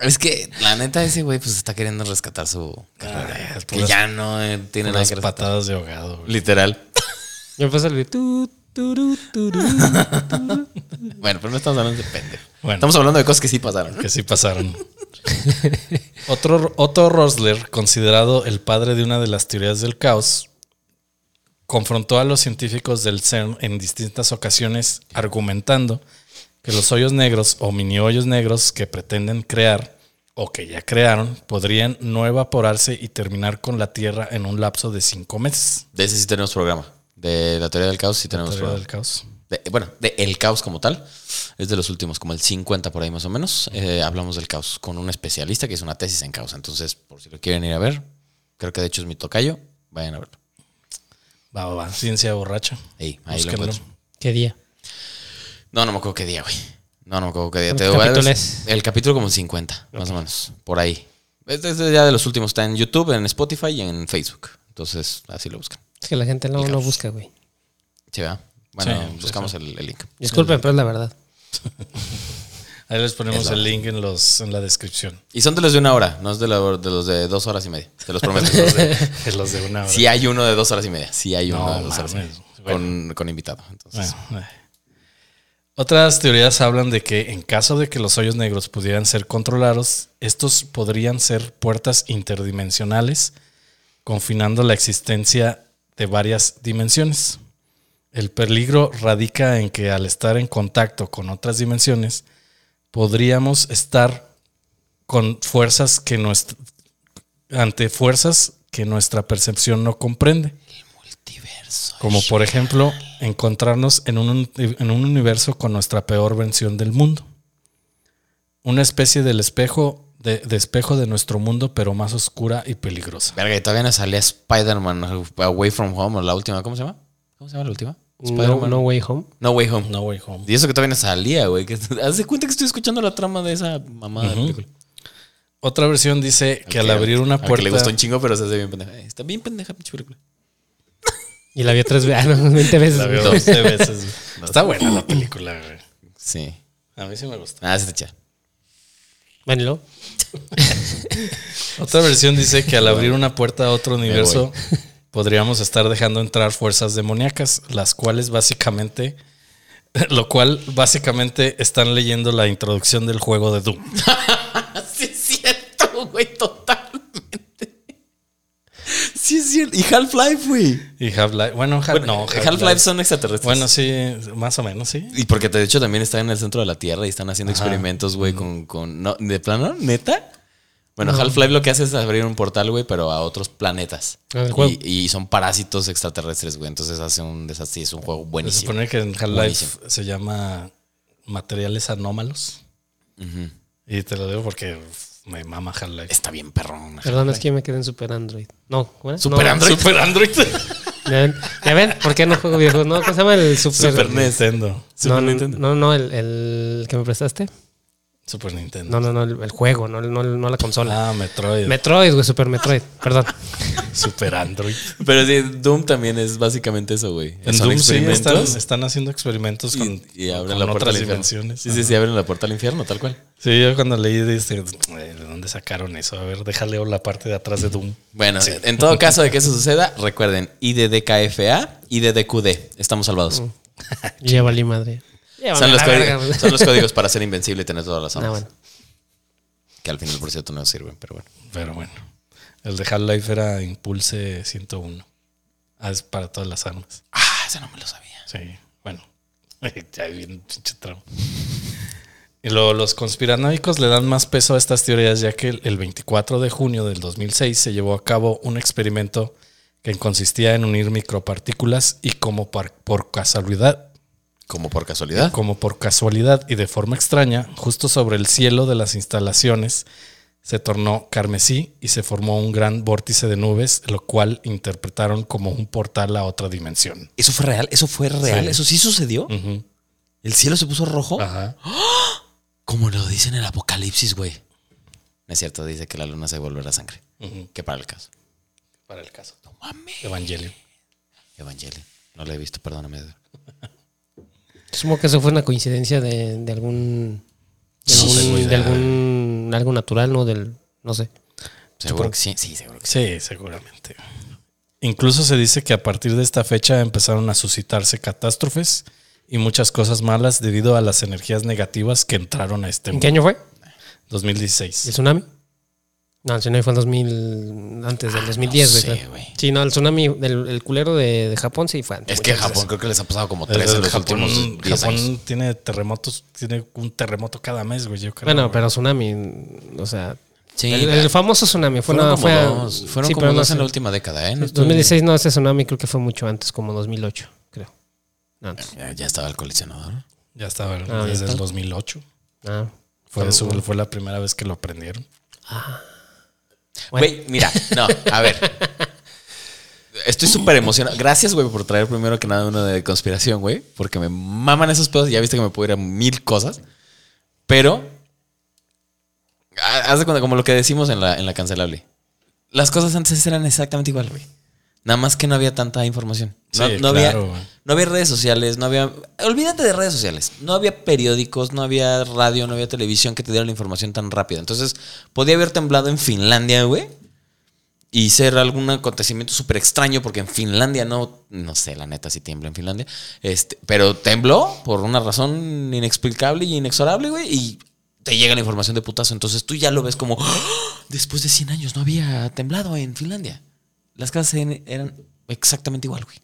Speaker 1: Es que la neta ese güey pues está queriendo rescatar su carrera.
Speaker 2: Ah,
Speaker 1: que
Speaker 2: puras-
Speaker 1: ya no eh, tiene nada
Speaker 2: Unas
Speaker 1: que rescatar.
Speaker 2: patadas de ahogado, güey.
Speaker 1: Literal.
Speaker 3: Me pasa el de tu, turu, turu.
Speaker 1: Bueno, pero no estamos hablando de pendejo.
Speaker 2: Bueno.
Speaker 1: Estamos hablando de cosas que sí pasaron.
Speaker 2: *laughs* Que
Speaker 1: *laughs*
Speaker 2: sí pasaron. Otro, Otto Rosler, considerado el padre de una de las teorías del caos, confrontó a los científicos del CERN en distintas ocasiones argumentando que los hoyos negros o mini hoyos negros que pretenden crear o que ya crearon podrían no evaporarse y terminar con la Tierra en un lapso de cinco meses.
Speaker 1: De ese sí tenemos programa. De la teoría del caos sí tenemos
Speaker 2: Teoría del
Speaker 1: programa.
Speaker 2: caos.
Speaker 1: De- bueno, de el caos como tal. Es de los últimos, como el 50 por ahí más o menos. Eh, hablamos del caos con un especialista que hizo una tesis en caos. Entonces, por si lo quieren ir a ver, creo que de hecho es mi tocayo. Vayan a verlo.
Speaker 2: Va, va, va. Ciencia borracha.
Speaker 1: Ey, ahí
Speaker 2: Búsquenlo.
Speaker 1: lo encuentro.
Speaker 3: ¿Qué día?
Speaker 1: No, no me acuerdo qué día, güey. No, no me acuerdo qué día.
Speaker 3: ¿Cuántos
Speaker 1: Te digo,
Speaker 3: capítulos
Speaker 1: vale,
Speaker 3: es?
Speaker 1: El capítulo como 50, más o menos. Por ahí. Este es ya de los últimos. Está en YouTube, en Spotify y en Facebook. Entonces, así lo buscan.
Speaker 3: Es que la gente no, no busca, güey.
Speaker 1: Sí, ¿verdad? Bueno,
Speaker 2: Sí, sí,
Speaker 1: buscamos El, el link.
Speaker 3: Disculpen, pero es la verdad.
Speaker 2: Ahí les ponemos
Speaker 1: Es la-
Speaker 2: el link en, los, en la descripción.
Speaker 1: Y son de los de una hora, no es de, la- de los de dos horas y media. Te los
Speaker 2: *laughs*
Speaker 1: prometo.
Speaker 2: De los de una hora.
Speaker 1: sí hay uno de dos horas y media. Sí hay uno
Speaker 2: No,
Speaker 1: de dos horas y
Speaker 2: mames.
Speaker 1: media. Con, con invitado. Entonces,
Speaker 2: Bueno, eh. Otras teorías hablan de que en caso de que los hoyos negros pudieran ser controlados, estos podrían ser puertas interdimensionales, confinando la existencia de varias dimensiones. El peligro radica en que al estar en contacto con otras dimensiones, podríamos estar con fuerzas que nuestra, ante fuerzas que nuestra percepción no comprende.
Speaker 1: multiverso.
Speaker 2: Como por ejemplo, encontrarnos en un, en un universo con nuestra peor versión del mundo. Una especie del espejo de, de espejo de nuestro mundo, pero más oscura y peligrosa.
Speaker 1: Verga, y todavía no salía Spider-Man Away from Home, o la última. ¿Cómo se llama? ¿Cómo se llama la última?
Speaker 3: No, no Way Home.
Speaker 1: No Way Home.
Speaker 2: No way home.
Speaker 1: Y eso que todavía no salía, güey. que- *laughs* Haz de cuenta que estoy escuchando la trama de esa mamada de
Speaker 2: Ujú.
Speaker 1: película.
Speaker 2: Otra versión dice que al abrir una
Speaker 1: al
Speaker 2: puerta.
Speaker 1: Que le gustó un chingo, pero se hace bien pendeja. Eh, Está bien pendeja, pinche película.
Speaker 3: Y la vio tres veces, *laughs* ah, no, 20 veces.
Speaker 2: La *laughs*
Speaker 3: güey.
Speaker 2: veo 12 veces. güey. Está buena la película, güey.
Speaker 1: Sí.
Speaker 2: A mí sí me gusta.
Speaker 1: Ah, sí, está chida.
Speaker 3: Bueno, y luego,
Speaker 2: Otra versión
Speaker 1: *laughs*
Speaker 2: dice que al abrir una puerta a otro universo *laughs* podríamos estar dejando entrar fuerzas demoníacas, las cuales básicamente, *laughs* lo cual básicamente están leyendo la introducción del juego de Doom.
Speaker 1: Sí es cierto, güey, totalmente. Sí es cierto. Y Half-Life, güey.
Speaker 2: Y Half-Life, bueno, Half- no,
Speaker 1: eh, Half-Life son extraterrestres.
Speaker 2: Bueno, sí, más o menos, sí.
Speaker 1: Y porque de hecho también están en el centro de la Tierra y están haciendo experimentos, güey, con, con... no, ¿De plano? ¿Neta? Bueno, Half-Life lo que hace es abrir un portal, güey, pero a otros planetas.
Speaker 3: Ah, el juego.
Speaker 1: Y, y son parásitos extraterrestres, güey. Entonces hace un desastre. y Es un juego
Speaker 2: Se
Speaker 1: buenísimo.
Speaker 2: supone que en
Speaker 1: Buenísimo.
Speaker 2: Half-Life se llama materiales anómalos.
Speaker 1: Ujú.
Speaker 2: Y te lo digo porque uf, me mama Half-Life.
Speaker 1: Está bien, perrón.
Speaker 3: perdón, es que yo me quedé en Super Android. No, ¿cómo era?
Speaker 1: Super
Speaker 3: No,
Speaker 1: Android.
Speaker 2: Super
Speaker 1: *laughs*
Speaker 2: Android.
Speaker 3: ¿Ya ven? ¿Ya ven? ¿Por qué no juego videojuegos? No, ¿cómo se llama el Super,
Speaker 2: Super
Speaker 1: E
Speaker 2: Nintendo.
Speaker 3: No, no, no, no, el, el que me prestaste.
Speaker 2: Super Nintendo.
Speaker 3: No, no, no, el, el juego, no, no, no la consola.
Speaker 2: Ah, Metroid.
Speaker 3: Metroid, güey, Super Metroid.
Speaker 1: *laughs*
Speaker 3: Perdón.
Speaker 2: Super Android.
Speaker 1: Pero sí, Doom también es básicamente eso, güey.
Speaker 2: En
Speaker 1: Son
Speaker 2: Doom sí están,
Speaker 1: experimentos.
Speaker 2: están haciendo experimentos con,
Speaker 1: y, y abren
Speaker 2: con
Speaker 1: la puerta
Speaker 2: otras
Speaker 1: al infierno.
Speaker 2: dimensiones.
Speaker 1: Sí, sí, sí, abren la puerta al infierno, tal cual.
Speaker 2: Sí, yo cuando leí dije, "Eh, ¿de dónde sacaron eso? A ver, déjale la parte de atrás de Doom.
Speaker 1: Bueno, en todo caso de que eso suceda, recuerden, IDDKFA, IDDQD, estamos salvados.
Speaker 3: Ya valí madre. Ya
Speaker 1: Son
Speaker 3: valí
Speaker 1: los,
Speaker 3: la
Speaker 1: códigos-
Speaker 3: verga, güey. *laughs*
Speaker 1: son los *laughs* códigos para ser invencible y tener todas las armas.
Speaker 3: Ah, bueno.
Speaker 1: Que al final, por cierto, no sirven, pero bueno.
Speaker 2: Pero bueno, el de Half-Life era Impulse 101. Ah, es para todas las armas.
Speaker 1: esa no me lo sabía.
Speaker 2: Sí, bueno. *laughs* Ya bien, pinche tramo. *laughs* Y luego los conspiranoicos le dan más peso a estas teorías ya que el- el 24 de junio del 2006 se llevó a cabo un experimento que consistía en unir micropartículas y como par- por casualidad
Speaker 1: Como por casualidad.
Speaker 2: como por casualidad y de forma extraña, justo sobre el cielo de las instalaciones se tornó carmesí y se formó un gran vórtice de nubes, lo cual interpretaron como un portal a otra dimensión.
Speaker 1: ¿Eso fue real? ¿Eso fue real?
Speaker 2: Sí.
Speaker 1: ¿Eso sí Mm. sucedió?
Speaker 2: Ujú.
Speaker 1: ¿El cielo se puso rojo?
Speaker 2: Ajá.
Speaker 1: Como lo dicen en el Apocalipsis, güey. No es cierto, dice que la luna se volverá sangre.
Speaker 2: Ujú.
Speaker 1: Que para el caso.
Speaker 2: Para el caso.
Speaker 1: No mames.
Speaker 2: Evangelio.
Speaker 1: Evangelio. No lo he visto, perdóname. Edgar.
Speaker 3: Supongo que eso fue una coincidencia de, de algún. De
Speaker 1: Sí,
Speaker 3: algún,
Speaker 1: güey.
Speaker 3: de algún- algo natural, ¿no? Del, no sé.
Speaker 1: Seguro que sí. Sí, seguro que sí.
Speaker 2: Sí, seguramente. Incluso se dice que a partir de esta fecha empezaron a suscitarse catástrofes y muchas cosas malas debido a las energías negativas que entraron a este
Speaker 3: ¿En qué
Speaker 2: mundo.
Speaker 3: año fue? ¿El
Speaker 2: 2016.
Speaker 3: tsunami? No, el tsunami fue en 2000. Antes del 2010, güey.
Speaker 1: Ah, sé,
Speaker 3: claro.
Speaker 1: güey.
Speaker 3: Sí, no, el tsunami, el, el culero de, de Japón sí fue antes.
Speaker 1: Es que
Speaker 3: muchas
Speaker 1: Japón creo que les ha pasado como
Speaker 2: Desde
Speaker 1: tres en
Speaker 2: el
Speaker 1: los
Speaker 2: Japón,
Speaker 1: últimos 10
Speaker 2: Japón
Speaker 1: años.
Speaker 2: tiene terremotos, tiene un terremoto cada mes, güey, yo creo.
Speaker 3: Bueno,
Speaker 2: güey.
Speaker 3: pero tsunami, o sea.
Speaker 1: Sí,
Speaker 3: el, el famoso tsunami fue
Speaker 1: fueron
Speaker 3: no,
Speaker 1: como
Speaker 3: fue a-
Speaker 1: dos, fueron
Speaker 3: sí,
Speaker 1: como
Speaker 3: pero no
Speaker 1: dos en
Speaker 3: sé.
Speaker 1: la última década, ¿eh? No estoy-
Speaker 3: 2016 no, ese tsunami creo que fue mucho antes, como 2008, creo. Antes.
Speaker 1: Ya, ya estaba el coleccionador.
Speaker 2: Ya estaba
Speaker 3: Ah,
Speaker 2: desde
Speaker 3: ¿está?
Speaker 2: el 2008.
Speaker 3: Ah,
Speaker 2: Fue, su- fue la primera vez que lo aprendieron.
Speaker 3: Bueno.
Speaker 1: Güey, mira, no, a ver. Estoy súper emocionado. Gracias, güey, por traer primero que nada uno de conspiración, güey. Porque me maman esos pedos. Ya viste que me puedo ir a mil cosas. Pero. ha- Haz de cuenta, como lo que decimos en la, en la cancelable. Las cosas antes eran exactamente igual, güey. Nada más que no había tanta información. No,
Speaker 2: Sí,
Speaker 1: no
Speaker 2: claro,
Speaker 1: había,
Speaker 2: güey.
Speaker 1: no había redes sociales, no había. Olvídate de redes sociales. No había periódicos, no había radio, no había televisión que te diera la información tan rápida. Entonces, podía haber temblado en Finlandia, güey. Y ser algún acontecimiento súper extraño, porque en Finlandia no. No sé, la neta, si tiembla en Finlandia. Este, pero tembló por una razón inexplicable y inexorable, güey. Y te llega la información de putazo. Entonces tú ya lo ves como. "¡Ah! Después de 100 años no había temblado en Finlandia. Las casas en- eran exactamente igual, güey.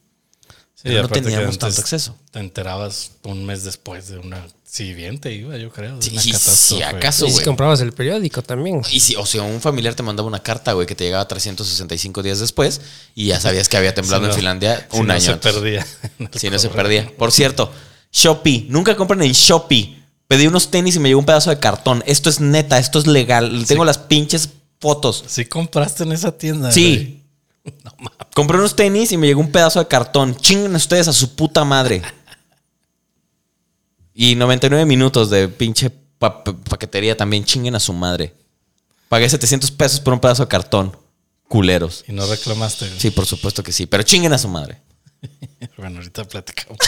Speaker 1: Pero
Speaker 2: Y
Speaker 1: no
Speaker 2: aparte que
Speaker 1: teníamos
Speaker 2: antes
Speaker 1: tanto acceso.
Speaker 2: Te enterabas un mes después de una siguiente, iba, yo creo. de
Speaker 1: Sí,
Speaker 2: una
Speaker 1: sí,
Speaker 2: catástrofe.
Speaker 1: acaso.
Speaker 3: y si
Speaker 1: güey.
Speaker 3: comprabas el periódico también.
Speaker 1: Y si, o sea, un familiar te mandaba una carta, güey, que te llegaba 365 días después y ya sabías que había temblado
Speaker 2: Si
Speaker 1: en
Speaker 2: no-
Speaker 1: Finlandia
Speaker 2: si
Speaker 1: un
Speaker 2: no
Speaker 1: año.
Speaker 2: Se
Speaker 1: antes.
Speaker 2: perdía. *laughs*
Speaker 1: *laughs* Si no se perdía. Por cierto, Shopee. Nunca compren en Shopee. Pedí unos tenis y me llegó un pedazo de cartón. Esto es neta, esto es legal. Tengo las pinches fotos.
Speaker 2: Sí compraste en esa tienda.
Speaker 1: Sí. Compré unos tenis y me llegó un pedazo de cartón. Chinguen ustedes a su puta madre. Y 99 minutos de pinche pa- pa- paquetería también. Chinguen a su madre. Pagué 700 pesos por un pedazo de cartón. Culeros.
Speaker 2: güey. Y no reclamaste. güey.
Speaker 1: Sí, por supuesto que sí. Pero chinguen a su madre.
Speaker 2: Bueno, ahorita platicamos.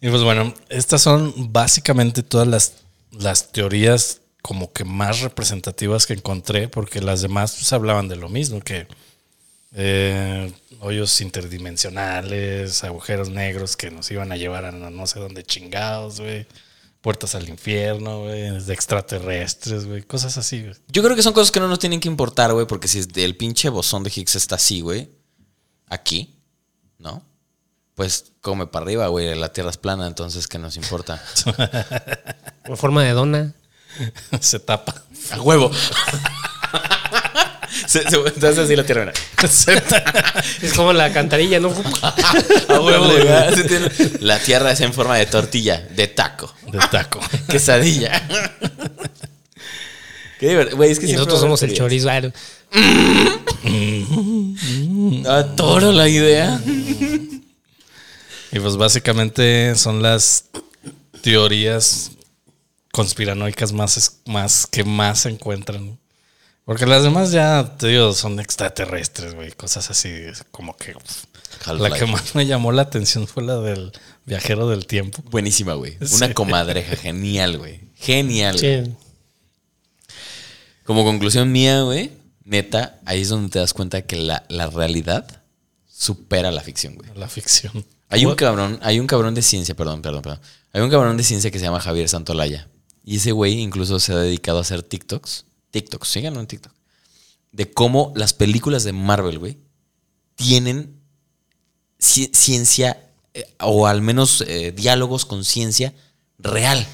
Speaker 2: y pues bueno, estas son básicamente todas las, las teorías como que más representativas que encontré, porque las demás pues, hablaban de lo mismo, que eh, hoyos interdimensionales, agujeros negros que nos iban a llevar a no no sé dónde chingados, güey. Puertas al infierno, güey, de extraterrestres, güey, cosas así, güey. *laughs*
Speaker 1: Yo creo que son cosas que no nos tienen que importar, güey, porque si es del pinche bosón de Higgs está así, güey, aquí, ¿no? Pues come para arriba, güey, la tierra es plana, entonces, ¿qué nos importa?
Speaker 3: En forma de dona.
Speaker 2: Se tapa.
Speaker 1: A huevo. *laughs* se, se- entonces así la tierra,
Speaker 2: *laughs* Se tapa.
Speaker 3: Es como la
Speaker 1: *laughs*
Speaker 3: cantarilla, ¿no?
Speaker 1: mira. A huevo,
Speaker 2: Ándale,
Speaker 1: Ah, güey.
Speaker 2: güey.
Speaker 1: Así tiene- La tierra es en forma de tortilla, de taco,
Speaker 2: De taco.
Speaker 1: quesadilla. *laughs* Qué divertido, güey, es que
Speaker 3: y
Speaker 1: siempre
Speaker 3: nosotros
Speaker 1: va a haber
Speaker 3: somos el
Speaker 1: teorías.
Speaker 3: chorizo. Ay, no.
Speaker 1: Adoro Ah, la idea.
Speaker 2: Y pues básicamente son las teorías conspiranoicas más, es- más que más se encuentran. Porque las demás ya, te digo, son extraterrestres, güey. Cosas así, es como que... uf. La que más me llamó la atención fue la del viajero del tiempo.
Speaker 1: Buenísima, güey.
Speaker 2: Sí.
Speaker 1: Una comadreja, genial, güey. Genial. güey.
Speaker 3: Sí.
Speaker 1: Como conclusión mía, güey, neta, ahí es donde te das cuenta que la, la realidad supera la ficción, güey.
Speaker 2: La ficción.
Speaker 1: Hay un cabrón, hay un cabrón de ciencia, perdón, perdón, perdón. Hay un cabrón de ciencia que se llama Javier Santolaya. Y ese güey incluso se ha dedicado a hacer TikToks. TikToks, síganlo en TikTok. De cómo las películas de Marvel, güey, tienen ci- ciencia eh, o al menos eh, diálogos con ciencia real.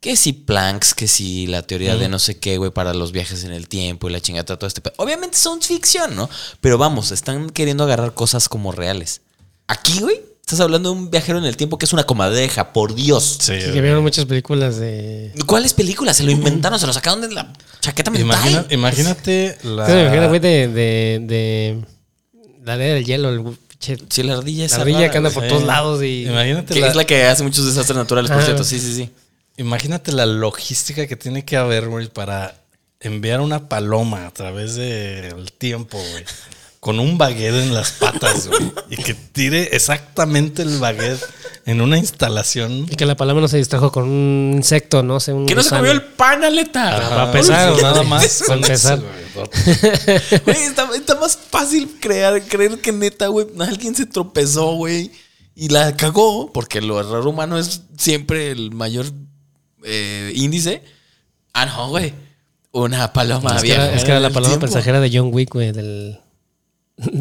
Speaker 1: Que si Planck's, que si la teoría de no sé qué, güey, para los viajes en el tiempo y la chingata, todo este pe- Obviamente son ficción, ¿no? Pero vamos, están queriendo agarrar cosas como reales. Aquí, güey, estás hablando de un viajero en el tiempo que es una comadeja, por Dios.
Speaker 2: Sí,
Speaker 3: Que vieron muchas películas de.
Speaker 1: ¿Cuáles películas? Se lo inventaron, se lo sacaron de la chaqueta mental.
Speaker 2: Imagina- imagínate la.
Speaker 3: ¿Te imaginas, güey, de, de, de. La ley del hielo, el güey, pinche-
Speaker 1: Sí, la ardilla
Speaker 3: la
Speaker 1: esa
Speaker 3: ardilla
Speaker 1: rara,
Speaker 3: que anda
Speaker 1: güey.
Speaker 3: por
Speaker 2: Sí.
Speaker 3: todos lados y.
Speaker 2: Imagínate
Speaker 1: Que
Speaker 2: la,
Speaker 1: es la que hace muchos desastres naturales, por
Speaker 3: Ah.
Speaker 1: cierto. Sí, sí, sí.
Speaker 2: Imagínate la logística que tiene que haber, güey, para enviar una paloma a través del tiempo, güey. Con un baguette en las patas, güey. Y que tire exactamente el baguette en una instalación.
Speaker 3: Y que la palabra no se distrajo con un insecto, no sé, un.
Speaker 1: Que no se
Speaker 3: gusano.
Speaker 1: comió el pan, Aleta.
Speaker 2: Para
Speaker 3: pesar,
Speaker 2: nada
Speaker 3: güey.
Speaker 2: más.
Speaker 3: Para empezar.
Speaker 1: Güey, está, está más fácil crear, creer que neta, güey, alguien se tropezó, güey, y la cagó, porque el error humano es siempre el mayor eh, índice. Ah, no, güey. Una paloma
Speaker 3: Es que,
Speaker 1: vieja.
Speaker 3: era, es que era la
Speaker 1: del
Speaker 3: palabra
Speaker 1: tiempo.
Speaker 3: mensajera de John Wick, güey, del.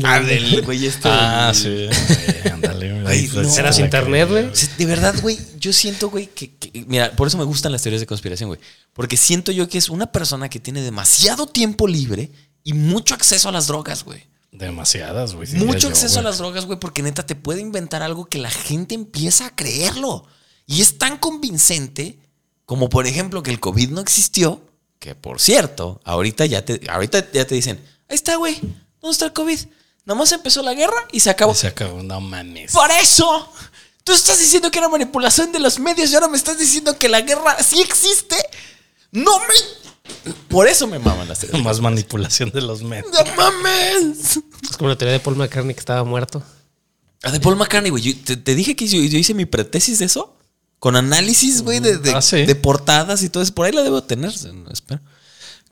Speaker 1: Ah, del güey este.
Speaker 2: Ah, sí. Güey, Ándale, güey.
Speaker 1: Ay, no.
Speaker 2: Pues,
Speaker 1: Era
Speaker 3: Eras
Speaker 2: la
Speaker 3: internet,
Speaker 2: cagué,
Speaker 3: güey.
Speaker 1: Sí, De verdad, güey, yo siento, güey, que, que- Mira, por eso me gustan las teorías de conspiración, güey. Porque siento yo que es una persona que tiene demasiado tiempo libre y mucho acceso a las drogas, güey.
Speaker 2: Demasiadas, güey. diría
Speaker 1: Mucho
Speaker 2: yo,
Speaker 1: acceso a
Speaker 2: güey.
Speaker 1: las drogas, güey, porque neta te puede inventar algo que la gente empieza a creerlo. Y es tan convincente como, por ejemplo, que el COVID no existió, que por cierto, ahorita ya te, ahorita ya te dicen, ahí está, güey, ¿dónde está el COVID? Nomás empezó la guerra y se acabó.
Speaker 2: Se acabó, no mames.
Speaker 1: Por eso, tú estás diciendo que era manipulación de los medios y ahora me estás diciendo que la guerra sí existe. No me... Por eso me maman las teorías.
Speaker 2: Más manipulación de los medios.
Speaker 1: ¡No mames!
Speaker 3: Es como la teoría de Paul McCartney que estaba muerto.
Speaker 1: Ah, de Paul McCartney, güey. Yo Te, te dije que yo, yo hice mi pretesis de eso. Con análisis, güey, de, de-
Speaker 2: Ah, sí.
Speaker 1: de portadas y todo eso. Por ahí la debo tener, se- no, espero.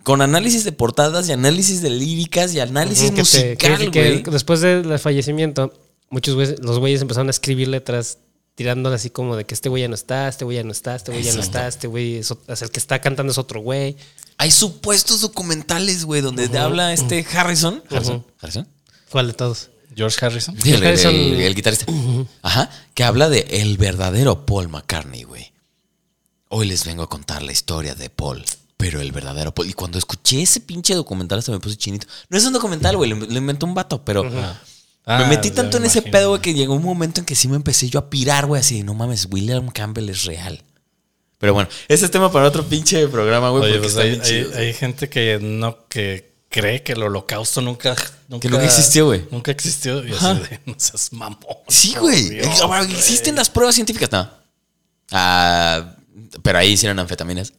Speaker 1: Con análisis de portadas y análisis de líricas y análisis
Speaker 3: Ujú, que te- que-
Speaker 1: musical,
Speaker 3: que
Speaker 1: güey.
Speaker 3: después del fallecimiento, muchos güeyes, los güeyes empezaron a escribir letras tirándole así como de que este güey ya no está, este güey ya no está, este güey ya no está, este güey es ot- o sea, el que está cantando es otro güey.
Speaker 1: Hay supuestos documentales, güey, donde te habla este Harrison. ¿Harrison? ¿Harrison?
Speaker 3: ¿Cuál de todos?
Speaker 2: George Harrison.
Speaker 1: Sí, el, el-
Speaker 3: Harrison-
Speaker 1: el- el guitarrista. Ajá. Que habla de el verdadero Paul McCartney, güey. Hoy les vengo a contar la historia de Paul. Pero el verdadero Paul. Y cuando escuché ese pinche documental, hasta me puse chinito. No es un documental, güey. Lo in- lo inventó un vato, pero.
Speaker 2: Ah,
Speaker 1: me metí
Speaker 2: ya
Speaker 1: tanto en
Speaker 2: me
Speaker 1: ese
Speaker 2: imagino.
Speaker 1: pedo, güey, que llegó un momento en que sí me empecé yo a pirar, güey, así de, no mames, William Campbell es real. Pero bueno, ese es tema para otro pinche programa, güey,
Speaker 2: Oye,
Speaker 1: porque
Speaker 2: pues
Speaker 1: está
Speaker 2: hay,
Speaker 1: bien chido.
Speaker 2: hay- hay gente que no que cree que el holocausto nunca, nunca
Speaker 1: nunca existió, güey.
Speaker 2: Nunca existió. Y
Speaker 1: Ajá.
Speaker 2: así de, no seas mamón.
Speaker 1: Sí,
Speaker 2: por
Speaker 1: güey.
Speaker 2: Oh, Dios,
Speaker 1: Eh, ahora, Existen las pruebas científicas, no. Ah, pero ahí hicieron anfetaminas.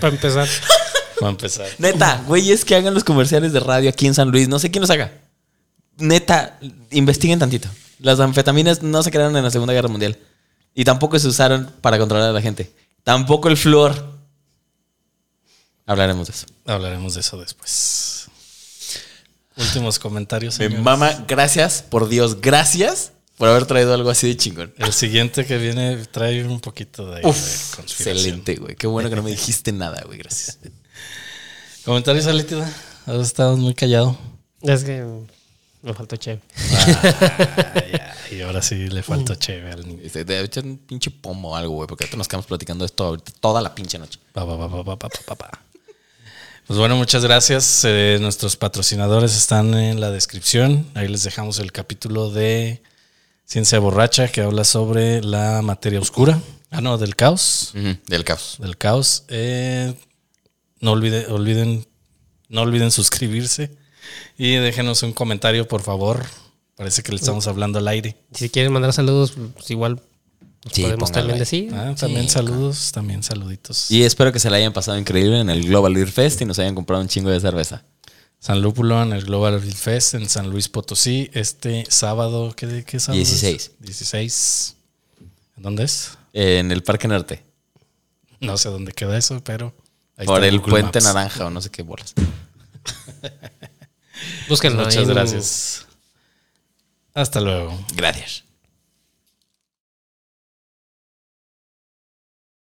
Speaker 3: Para empezar.
Speaker 2: *laughs* Va a empezar.
Speaker 1: Neta, güey, es que hagan los comerciales de radio aquí en San Luis. No sé quién los haga. Neta, investiguen tantito. Las anfetaminas no se crearon en la Segunda Guerra Mundial. Y tampoco se usaron para controlar a la gente. Tampoco el flúor. Hablaremos de eso.
Speaker 2: Hablaremos de eso después. Últimos comentarios.
Speaker 1: Me
Speaker 2: señores.
Speaker 1: mama, gracias, por Dios, gracias por haber traído algo así de chingón.
Speaker 2: El siguiente que viene trae un poquito de, ahí de
Speaker 1: Uf,
Speaker 2: conspiración.
Speaker 1: excelente, güey. Qué bueno que no me dijiste nada, güey. Gracias.
Speaker 2: Comentarios, Aletida. Has estado muy callado.
Speaker 1: *laughs*
Speaker 2: Ah,
Speaker 3: Es que me faltó cheve.
Speaker 2: Ay, ay, ahora sí le faltó
Speaker 3: Mm.
Speaker 2: chévere al niño.
Speaker 1: Este, Te echan un pinche pomo o algo, güey, porque ahorita nos quedamos platicando de esto ahorita toda la pinche noche.
Speaker 2: Pa, pa, pa, pa, pa, pa, pa, pa. Pues bueno, muchas gracias. Eh, nuestros patrocinadores están en la descripción. Ahí les dejamos el capítulo de Ciencia Borracha que habla sobre la materia oscura. Ah, no, del caos.
Speaker 1: Ujú, del caos.
Speaker 2: Del caos. Eh, no, olvide- olviden, no olviden suscribirse y déjenos un comentario, por favor. Parece que le estamos hablando al aire.
Speaker 3: Si quieren mandar saludos, pues igual
Speaker 1: Sí,
Speaker 3: podemos
Speaker 1: póngalo
Speaker 3: también
Speaker 1: ahí.
Speaker 3: decir.
Speaker 2: Ah, también saludos, también saluditos.
Speaker 1: Y espero que se la hayan pasado increíble en el Global Beer Fest y nos hayan comprado un chingo de cerveza.
Speaker 2: San Lúpulo en el Global Field Fest en San Luis Potosí este sábado. ¿Qué, qué sábado? es?
Speaker 1: 16.
Speaker 2: 16. ¿Dónde es?
Speaker 1: En el Parque Norte.
Speaker 2: No sé dónde queda eso, pero. ahí
Speaker 1: por
Speaker 2: está
Speaker 1: el
Speaker 2: Google
Speaker 1: Puente
Speaker 2: Maps.
Speaker 1: Naranja o no sé qué bolas.
Speaker 3: Búsquenlo. ahí
Speaker 2: Muchas
Speaker 3: en-
Speaker 2: gracias. Hasta luego.
Speaker 1: Gracias.